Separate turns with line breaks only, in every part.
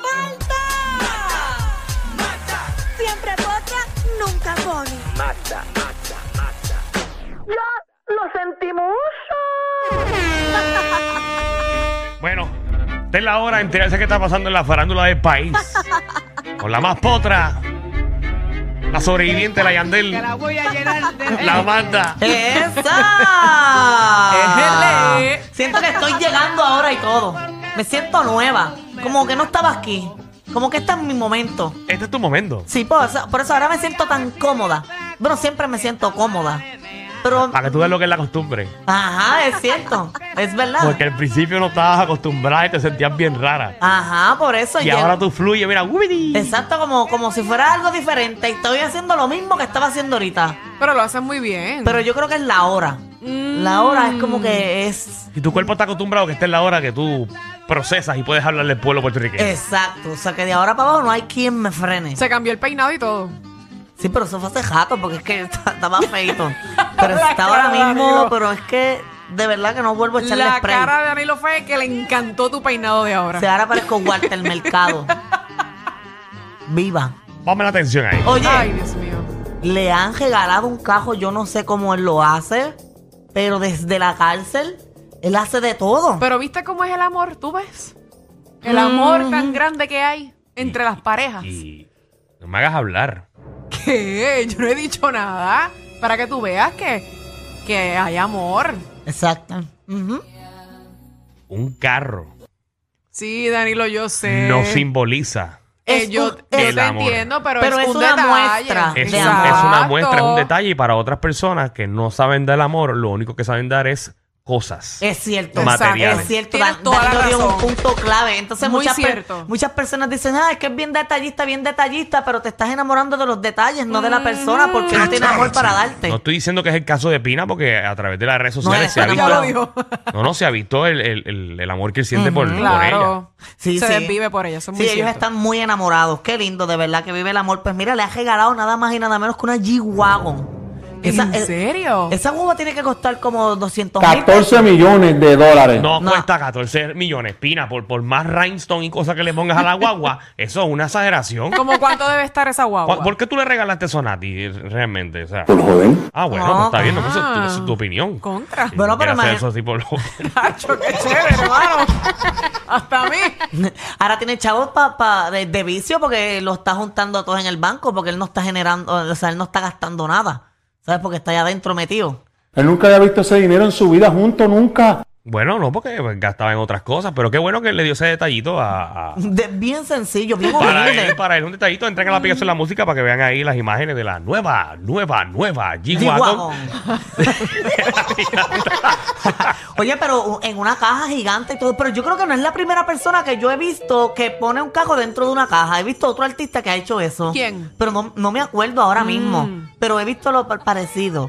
¡Mata! Siempre potra, nunca pony. ¡Ya lo sentimos!
Bueno, esta es la hora de enterarse qué está pasando en la farándula del país. Con la más potra, la sobreviviente, la Yandel, la,
voy a llenar de...
Magda.
¡Esa!
Ejele.
Ah. siento que estoy llegando ahora y todo. Me siento nueva. Como que no estaba aquí. Como que este es mi momento.
Este es tu momento.
Sí, por eso, por eso ahora me siento tan cómoda. Bueno, siempre me siento cómoda. Pero,
Para que tú veas lo que es la costumbre.
ajá, es cierto. Es verdad.
Porque al principio no estabas acostumbrada y te sentías bien rara.
Ajá, por eso.
Y
llego-
ahora tú fluyes, mira, ¡wibidi!
Exacto, como, como si fuera algo diferente. Y estoy haciendo lo mismo que estaba haciendo ahorita.
Pero lo hacen muy bien.
Pero yo creo que es la hora. La hora es como
Mm.
que es.
Y tu cuerpo está acostumbrado que esta es la hora que tú procesas y puedes hablarle al pueblo puertorriqueño.
Eh. Exacto. O sea que de ahora para abajo no hay quien me frene.
se cambió el peinado y todo.
Sí, pero eso fue hace rato porque es que está- estaba feito. Pero está ahora mismo, pero es que de verdad que no vuelvo a echarle
La
spray.
cara de Danilo fue que le encantó tu peinado de ahora.
O sea, ahora parezco Walter Mercado. Viva.
Póngame la atención ahí.
Oye,
Ay, Dios mío.
le han regalado un cajo, yo no sé cómo él lo hace, pero desde la cárcel, él hace de todo.
Pero viste cómo es el amor, tú ves.
Mm.
El amor tan grande que hay entre las parejas.
Y no me hagas hablar.
¿Qué? Yo no he dicho nada. Para que tú veas que, que hay amor.
Exacto. Ujú.
Un carro
Sí, Danilo, yo sé.
no simboliza.
Eh,
Es
yo
un-
yo
el
te
amor.
entiendo, pero,
Pero
es,
es
un
una
detalle.
muestra
Es,
de
un-
amor.
es una muestra, es un
Exacto.
detalle. Y para otras personas que no saben del amor, lo único que saben dar es cosas.
Este.
Es cierto.
Materiales.
Es cierto.
Tienes
Dan-
toda la
Danilo dio un
razón.
punto clave. Entonces,
Muy
muchas, per-
cierto.
muchas personas dicen, ah, es que es bien detallista, bien detallista, pero te estás enamorando de los detalles, no de la persona, porque no tiene amor para darte.
No estoy diciendo que es el caso de Pina, porque a través de las redes sociales
No,
se ha
ya
visto.
lo
dijo.
No, no, se ha visto el, el- el- el amor que él siente por, por ella.
Claro.
Sí,
se
sí.
desvive por ella. Eso es
Sí,
muy
ellos
cierto.
están muy enamorados. Qué lindo, de verdad, que vive el amor. Pues mira, le has regalado nada más y nada menos que una G-Wagon.
¿En
eh,
serio?
Esa guagua tiene que costar como 200 mil.
14 millones de dólares.
No,
No.
cuesta 14 millones, Pina, por, por más rhinestone y cosas que le pongas a la guagua. eso es una exageración.
¿Cómo cuánto debe estar esa
¿Cu-
guagua?
¿Por qué tú le regalaste eso a Nati realmente? O sea,
Por joder.
ah, bueno,
No,
pues está bien, no, pues,
ah.
es tu- es tu opinión.
Contra.
Si
Bueno, pero
quieres hacer
imagina-
eso así por lo-
Tacho, qué chévere, hermano. Hasta a mí.
Ahora tiene chavos pa, pa- de, de vicio porque lo está juntando todos en el banco porque él no está generando, o sea, él no está gastando nada. ¿Sabes? Porque está allá adentro metido.
Él nunca había visto ese dinero en su vida junto, nunca.
Bueno, no, porque pues, gastaba en otras cosas, pero qué bueno que le dio ese detallito a... a-
De- bien sencillo, bien
Para él,
humilde.
para él, un detallito, entren a la aplicación de la música para que vean ahí las imágenes de la nueva, nueva, nueva G-Wagon.
G-Wagon. ah, oh. Oye, pero en una caja gigante y todo. Pero yo creo que no es la primera persona que yo he visto que pone un cajo dentro de una caja. He visto otro artista que ha hecho eso.
¿Quién?
Pero no, no me acuerdo ahora mismo. Pero he visto lo pa- parecido.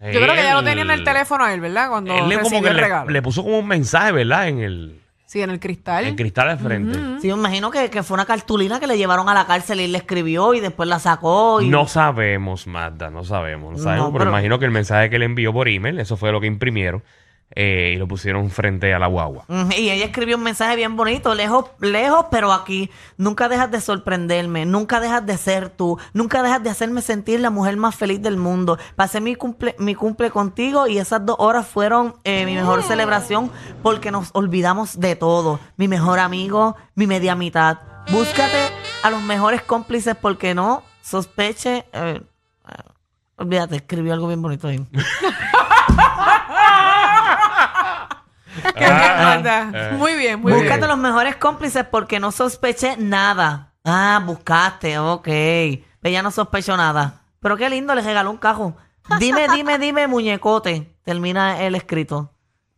Yo creo que ya lo tenía en el teléfono a él, ¿verdad? Cuando
Él le,
recibió
como que
el
le,
regalo.
le puso como un mensaje, ¿verdad? En el,
sí, en el cristal.
el cristal al frente.
Sí, me imagino que, que fue una cartulina que le llevaron a la cárcel y él le escribió y después la sacó. Y...
No sabemos, Magda, no sabemos, no sabemos,
No,
pero,
pero-
imagino que el mensaje que le envió por email, eso fue lo que imprimieron eh, y lo pusieron frente a la guagua.
Mm, Y ella escribió un mensaje bien bonito, lejos, lejos, pero aquí. Nunca dejas de sorprenderme, nunca dejas de ser tú, nunca dejas de hacerme sentir la mujer más feliz del mundo. Pasé mi cumple, mi cumple contigo y esas dos horas fueron eh, mi mejor celebración porque nos olvidamos de todo. Mi mejor amigo, mi media mitad. Búscate a los mejores cómplices porque no sospeche. eh, eh, olvídate, escribió algo bien bonito ahí.
Que
Ah,
encanta. Muy bien, muy
Búscate
bien.
los mejores cómplices porque no sospeché nada. Ah, buscaste, ok. Pero ya no sospechó nada. Pero qué lindo, le regaló un cajo. Dime, dime, dime, muñecote. Termina el escrito.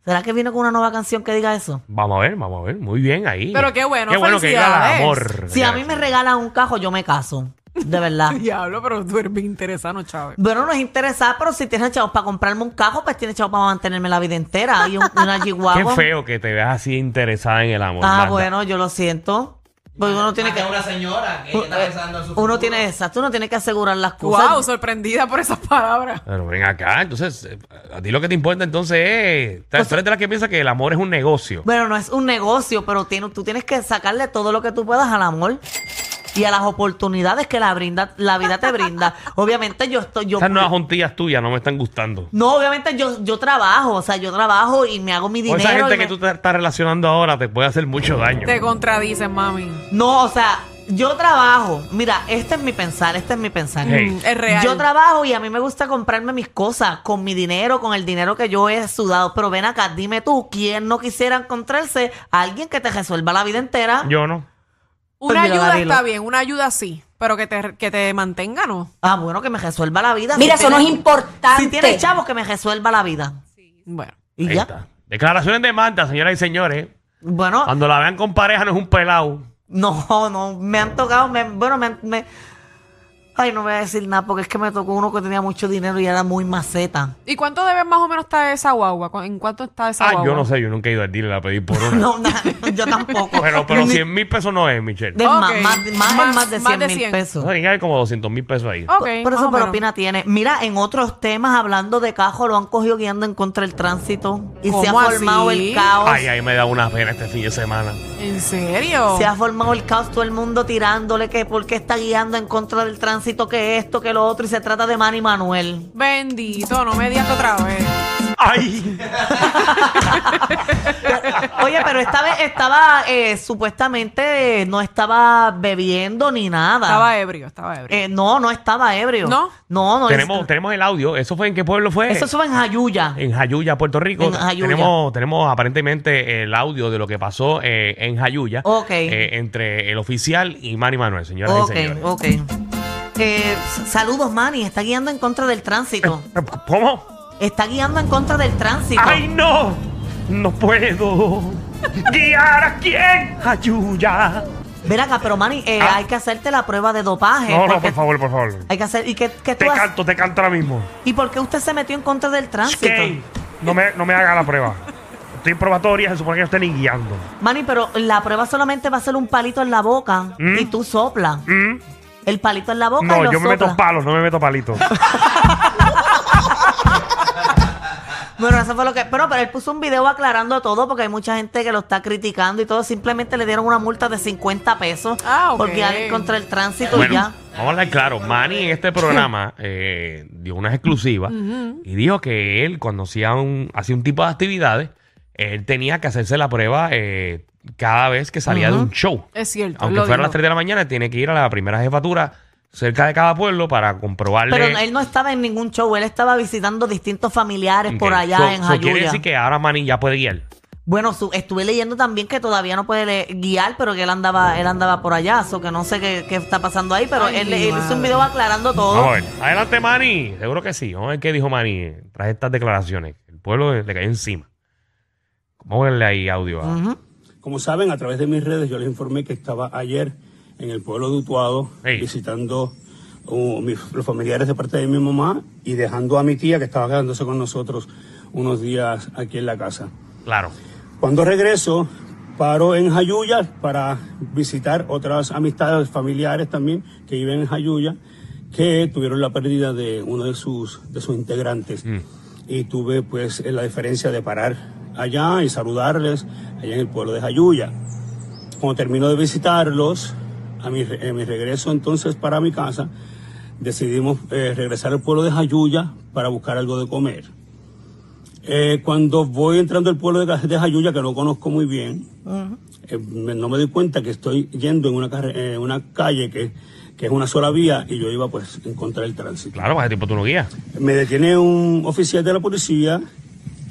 ¿Será que vino con una nueva canción que diga eso?
Vamos a ver, vamos a ver. Muy bien ahí.
Pero qué bueno,
Qué bueno que llega el
felicidades.
amor.
Si a mí me regalan un cajo, yo me caso. De verdad.
Diablo, pero tú eres bien interesano, Chávez.
Bueno, no es interesada, pero si tienes chavos para comprarme un cajo, pues tienes chavos para mantenerme la vida entera. Y un, una
Qué
chihuahua.
feo que te veas así interesada en el amor.
Ah,
Magda.
bueno, yo lo siento. Porque uno tiene que. una señora que Uno tiene exacto, uno tiene que asegurar las cosas.
Wow, sorprendida por esas palabras.
Pero ven acá, entonces, eh, a ti lo que te importa entonces es... Tú eres de las que piensa que el amor es un negocio.
Pues, Bueno, no es un negocio, pero tiene- tú tienes que sacarle todo lo que tú puedas al amor y a las oportunidades que la brinda, la vida te brinda. Obviamente yo estoy, yo
Estas nuevas juntillas tuyas no me están gustando.
no, obviamente yo, yo trabajo, o sea, yo trabajo y me hago mi
O
dinero.
esa gente
y
que
me-
tú te estás relacionando ahora te puede hacer mucho daño.
Te contradicen, mami.
No, o sea, yo trabajo. Mira, este es mi pensar, este es mi pensar.
Hey.
Es real.
Yo trabajo y a mí me gusta comprarme mis cosas con mi dinero, con el dinero que yo he sudado. Pero ven acá, dime tú, ¿quién no quisiera encontrarse a alguien que te resuelva la vida entera?
Yo no.
Una
Olvida,
ayuda
Danilo.
está bien, una ayuda sí, pero que te, que te mantenga, ¿no?
Ah, bueno, que me resuelva la vida.
Mira,
Si
eso no es
tienes-
importante.
Si tienes chavos, que me resuelva la vida.
Bueno.
Y
Ahí
ya.
está. Ah. Declaraciones de Manta, señoras y señores.
Bueno,
Cuando la vean con pareja no es un pelado.
no, no, me han tocado, me- bueno, me, han- me- Ay, no voy a decir nada porque es que me tocó uno que tenía mucho dinero y era muy maceta.
¿Y cuánto debe más o menos estar esa guagua? ¿Cu- ¿En cuánto está esa
Ah,
guagua?
yo no sé, yo nunca he ido al dealer a pedir por una.
No, na- yo tampoco.
Pero, pero
Ni-
100 mil pesos no es, Michelle.
de
Ok,
más, más, más-
más-
más de
más
100
de
mil
100.
pesos.
Tiene que haber como 200 mil pesos
Oh,
ahí.
Ok,
Por
más
eso
o menos.
propina tiene. Mira, en otros temas, hablando de cajo, lo han cogido guiando en contra del tránsito y se ha
¿Cómo así?
formado el caos.
Ay, ay, me da una pena este fin de semana.
¿En serio?
Se ha formado el caos, todo el mundo tirándole que por qué está guiando en contra del tránsito, que esto, que lo otro, y se trata de Manny Manuel.
Bendito, no me digas otra vez.
Ay,
Oye, pero esta vez estaba, eh, supuestamente, eh, no estaba bebiendo ni nada.
Estaba ebrio, estaba ebrio.
Ah. Eh, no, no estaba ebrio.
¿No?
No, no. es-
tenemos, tenemos el audio. ¿Eso fue en qué pueblo fue?
Eso sube en Jayuya.
En Jayuya, Puerto Rico.
En Jayuya.
Tenemos, tenemos aparentemente el audio de lo que pasó eh, en Jayuya.
Ok.
eh, entre el oficial y Manny Manuel, señoras
Ok,
y señores.
ok. Eh, s- saludos, Manny. Está guiando en contra del tránsito.
¿Cómo?
Está guiando en contra del tránsito.
¡Ay, no! No puedo guiar aquí en Jayuya.
Ven acá, pero Manny, eh,
Ah.
hay que hacerte la prueba de dopaje.
No, no,
porque
por favor, por favor.
Hay que hacer. ¿Y qué, qué
Te
tú haces?
canto, te canto ahora mismo.
¿Y por qué usted se metió en contra del tránsito?
Skate. No me, no me haga la prueba. Estoy en probatoria, se supone que no estoy ni guiando.
Manny, pero la prueba solamente va a ser un palito en la boca
Mm.
y tú sopla.
¿Mm?
El palito en la boca y
No,
lo
yo me meto
soplas.
palos, no me meto palitos.
Bueno, eso fue lo que. Pero, pero él puso un video aclarando todo porque hay mucha gente que lo está criticando y todo. Simplemente le dieron una multa de 50 pesos
Ah, ok.
por guiar en contra del tránsito y
Bueno,
ya.
vamos a hablar claro. Manny en este programa eh, dio unas exclusivas y dijo que él, cuando hacía un, hacía un tipo de actividades, él tenía que hacerse la prueba eh, cada vez que salía de un show.
Es cierto.
Aunque
lo
fuera a las
digo.
3 de la mañana, tiene que ir a la primera jefatura cerca de cada pueblo para comprobarle.
Pero él no estaba en ningún show, él estaba visitando distintos familiares
Ok.
por allá
So-
en
so quiere
Jayuya.
decir que ahora Manny ya puede guiar.
Bueno, su- estuve leyendo también que todavía no puede le- guiar, pero que él andaba él andaba por allá, o que no sé qué, qué está pasando ahí, pero
Ay,
él,
mi
él hizo un
madre.
video aclarando
Vamos a
todo.
ver. Adelante, Manny. Seguro que sí. Vamos a ver qué dijo Manny tras estas declaraciones. El pueblo le cayó encima. Vamos a verle ahí audio. a-
Ujú.
Como saben, a través de mis redes yo les informé que estaba ayer en el pueblo de Utuado
Ey.
visitando uh, mis- los familiares de parte de mi mamá y dejando a mi tía que estaba quedándose con nosotros unos días aquí en la casa.
Claro.
Cuando regreso, paro en Jayuya para visitar otras amistades familiares también que viven en Jayuya que tuvieron la pérdida de uno de sus, de sus integrantes. Y tuve pues eh, la diferencia de parar allá y saludarles allá en el pueblo de Jayuya. Cuando termino de visitarlos, a mi, re- en mi regreso entonces para mi casa, decidimos eh, regresar al pueblo de Jayuya para buscar algo de comer. Eh, cuando voy entrando al pueblo de, Ca- de Jayuya, que no conozco muy bien, eh, me- no me doy cuenta que estoy yendo en una, carre- eh, una calle que, que es una sola vía y yo iba pues en contra del tránsito.
Claro, para ese tipo tú no guías.
Me detiene un oficial de la policía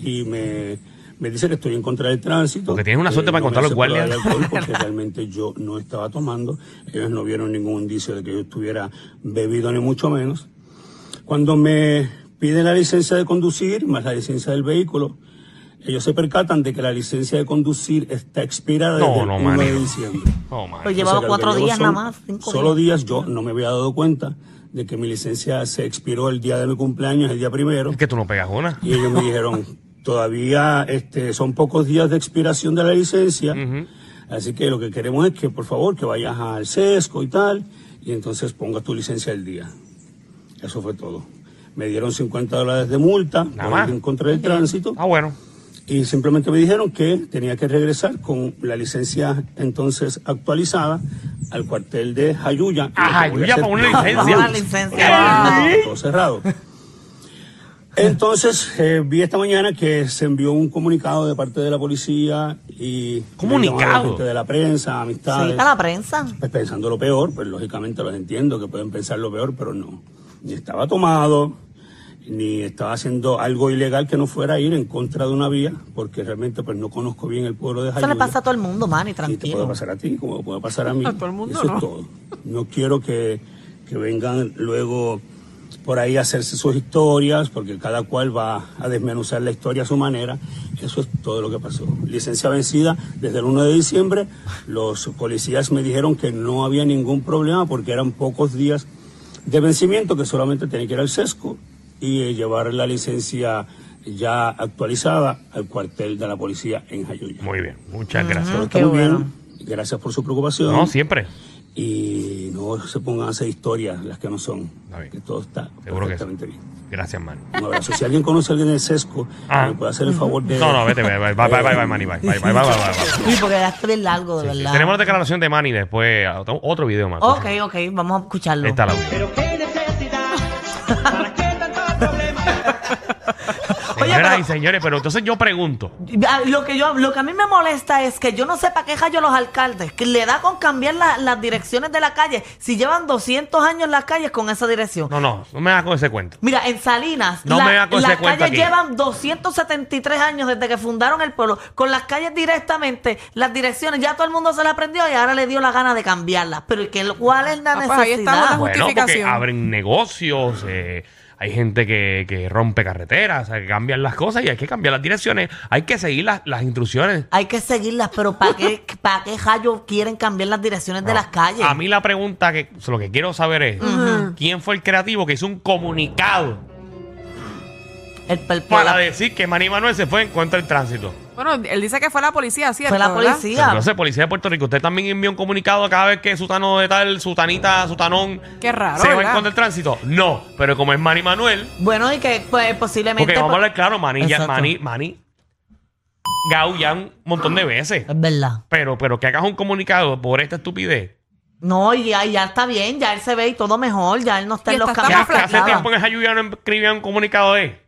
y me, me dice que estoy en contra del tránsito.
Porque tienes una
que
suerte para
no me
contar los
hace probar
guardias.
el alcohol Porque realmente yo no estaba tomando. Ellos no vieron ningún indicio de que yo estuviera bebido, ni mucho menos. Cuando me piden la licencia de conducir, más la licencia del vehículo, ellos se percatan de que la licencia de conducir está expirada
No,
desde el
no,
1 de
manito.
diciembre.
Oh,
Lo
man.
llevaba
O sea, que lo que
cuatro
llevo
días
son
nada más, cinco
Solo
días.
días yo no me había dado cuenta de que mi licencia se expiró el día de mi cumpleaños, el día primero.
Es que tú no pegas una.
Y ellos me dijeron, todavía este, son pocos días de expiración de la licencia, así que lo que queremos es que por favor que vayas al sesco y tal, y entonces pongas tu licencia al día. Eso fue todo. Me dieron 50 dólares de multa
Nada
por
más.
ir en contra del tránsito
Ah, bueno.
y simplemente me dijeron que tenía que regresar con la licencia entonces actualizada al cuartel de Jayuya.
Ah, Jayuya, para una
licencia.
Una
Una licencia.
Todo cerrado. Entonces, eh, vi esta mañana que se envió un comunicado de parte de la policía y...
¿Comunicado?
me llamaron gente de la prensa,
Sí,
amistades.
a la prensa.
Pues pensando lo peor, pues lógicamente los entiendo que pueden pensar lo peor, pero no. Ni estaba tomado, ni estaba haciendo algo ilegal que no fuera a ir en contra de una vía, porque realmente pues no conozco bien el pueblo de
Eso le
Jayuya.
pasa a todo el mundo, Manny,
Y te puede
tranquilo.
pasar a ti, como me puede pasar a mí.
A todo el mundo,
Eso
¿no?
es todo. No quiero que, que vengan luego por ahí a hacerse sus historias, porque cada cual va a desmenuzar la historia a su manera. Eso es todo lo que pasó. Licencia vencida desde el 1 de diciembre. Los policías me dijeron que no había ningún problema porque eran pocos días de vencimiento, que solamente tenía que ir al sesco y eh, llevar la licencia ya actualizada al cuartel de la policía en Jayuya.
Muy bien. Muchas gracias.
Pero está
Ah, qué
muy bien.
bueno.
Gracias por su preocupación.
No, siempre.
Y no se pongan a hacer historias las que no son.
Está bien.
Que todo está
Seguro que sí.
perfectamente bien.
Gracias, Manny.
Un abrazo. Si alguien conoce a alguien del sesco,
Ah.
me puede hacer el favor
Eh.
de.
No, no, vete, vete, bye, bye, bye, bye, bye, Manny, bye, bye, bye, bye, bye, bye.
Sí, porque ya está bien largo, de
Sí,
verdad.
Tenemos la declaración de Manny después, otro otro video más.
Ok, ok, vamos a
Ahí
escucharlo.
está la audio.
Oye,
Señoras
pero-
y señores, pero entonces yo pregunto.
Ah, Lo que, yo, lo que a mí me molesta es que yo no sepa qué yo los alcaldes, que le da con cambiar la- las direcciones de la calle, si llevan 200 años las calles con esa dirección.
No, no, no me hagas con ese cuento.
Mira, en Salinas,
No
la-
me hagas ese
las
cuento
calles
aquí.
llevan 273 años desde que fundaron el pueblo. Con las calles directamente, las direcciones, ya todo el mundo se las aprendió y ahora le dio la gana de cambiarlas. Pero ¿y qué- ¿cuál es la
Ah, pues ahí estamos
necesidad?
las-
Bueno, porque
justificación.
abren negocios, eh, hay gente que, que rompe carreteras, o sea, que cambian las cosas y hay que cambiar las direcciones, hay que seguir las, las instrucciones.
Hay que seguirlas, pero ¿para qué, ¿para qué Jayo quieren cambiar las direcciones de las calles?
Ah, A mí la pregunta que lo que quiero saber es, ¿quién fue el creativo que hizo un comunicado
el perpol-
para decir que Manny Manuel se fue en contra del tránsito?
Bueno, él dice que fue la policía, ¿cierto?
fue la
¿verdad?
policía.
Pero No sé, policía de Puerto Rico, usted también envió un comunicado cada vez que sutano de tal, sutanita, sutanón
Qué raro,
se va en
¿verdad?
contra del tránsito. No, pero como es Manny Manuel,
Bueno, y que pues, posiblemente.
porque vamos a hablar claro, Manny, ya,
Exacto.
Manny, Manny, Gau ya un montón de veces.
Es verdad.
Pero, pero que hagas un comunicado por esta estupidez.
No, y ya, ya está bien, ya él se ve y todo mejor, ya él no está
Y
en los
está
Que
cambios.
hace- que hace
nada.
tiempo que Jayuya no escribía un comunicado de.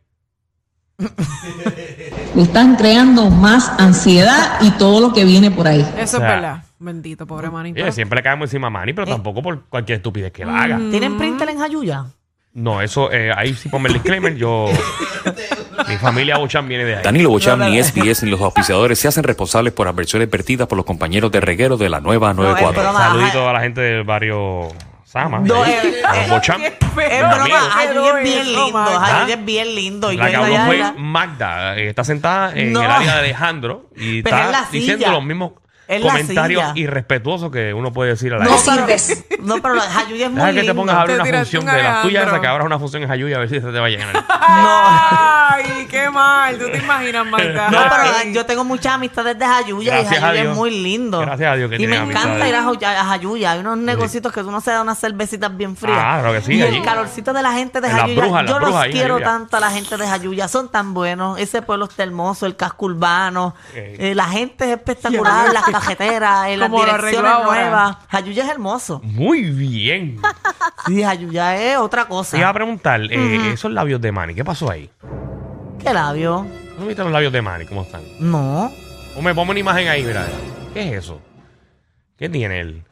Están creando más ansiedad y todo lo que viene por ahí.
Eso
O sea,
es verdad. Bendito, pobre manito.
Oye, siempre le caemos encima a Manny,
Eh.
pero tampoco por cualquier estupidez que la haga.
Mm.
¿Tienen printer en Jayuya?
No, eso, eh, ahí sí ponme el disclaimer. Yo. mi familia Bochan viene de ahí.
Danilo Bocham, ni SBS, ni los auspiciadores se hacen responsables por adversiones vertidas por los compañeros de reguero de la nueva
es
94.
broma. eh,
Saludito a la gente del barrio Sama.
No,
de ahí.
eh,
Los
eh,
Bocham,
qué
mis
feo,
amigos.
broma,
Ay,
Jayuya es
Dios,
bien
es
lindo,
broma.
Jayuya es bien lindo. Y
La que
yo-
habló
ya-
fue
ya-
Magda. eh, Está sentada en
No.
el área de Alejandro y
Pero
está
en la silla.
diciendo los mismos
En la
comentarios
silla.
irrespetuosos que uno puede decir a la
No
gente.
sirves.
No, pero la- Jayuya es muy
Deja
lindo.
que te pongas a abrir
Te
una
tiraste
función
un
de las tuyas, esa
Alejandro.
que abras una función en Jayuya a ver si se te va a llenar.
Ay, qué mal. Tú te imaginas, Magda.
No, pero
Ay.
yo tengo muchas amistades de Jayuya y
eh. Gracias a
Jayuya es
Dios.
muy lindo.
Gracias a Dios que
Y me
tiene
encanta
amistades.
ir a, Joy- a Jayuya. Hay unos negocios que uno se da unas cervecitas bien frías.
Ah, claro que sí,
Y
allí.
el calorcito de la gente de
En las
Jayuya.
brujas,
yo
las
los
brujas ahí en
quiero
Jayuya.
tanto a la gente de Jayuya. Son tan buenos. Ese pueblo está hermoso, el casco urbano.
Ey.
Eh, la gente es espectacular, las cajeteras, eh, las
Como lo arregló
direcciones
ahora.
nuevas. Jayuya es hermoso.
Muy bien.
Sí, Jayuya es otra cosa.
Te iba a preguntar, eh, esos labios de Manny, ¿qué pasó ahí?
¿Qué labio?
¿No viste los labios de Manny? ¿Cómo están?
No.
Ponme, ponme una imagen ahí, mira. ¿Qué es eso? ¿Qué tiene él?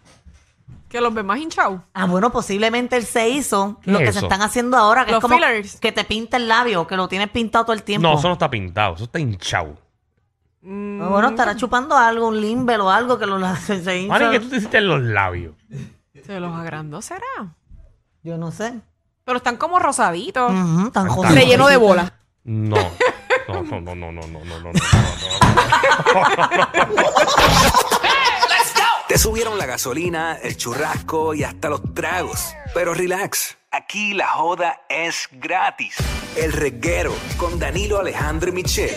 Que los ve más hinchados.
Ah, bueno, posiblemente él se hizo lo
¿Qué
que
es
se
eso?
están haciendo ahora, que
Los
es como
fillers.
que te pinta el labio, que lo tienes pintado todo el tiempo.
No, eso no está pintado, eso está hinchado.
Ah, Bueno, estará chupando algo, un limbel o algo que lo se, se hincha.
Manny, ¿qué tú te hiciste en los labios?
Se los agrandó, será.
Yo no sé.
Pero están como rosaditos.
Ujú, tan
Fantástico.
jodido.
Le llenó
de bola.
No. No, no, no, no, no, no, no, no, no, no.
Te subieron la gasolina, el churrasco y hasta los tragos. Pero relax, aquí la joda es gratis. El reguero con Danilo Alejandro y Michel.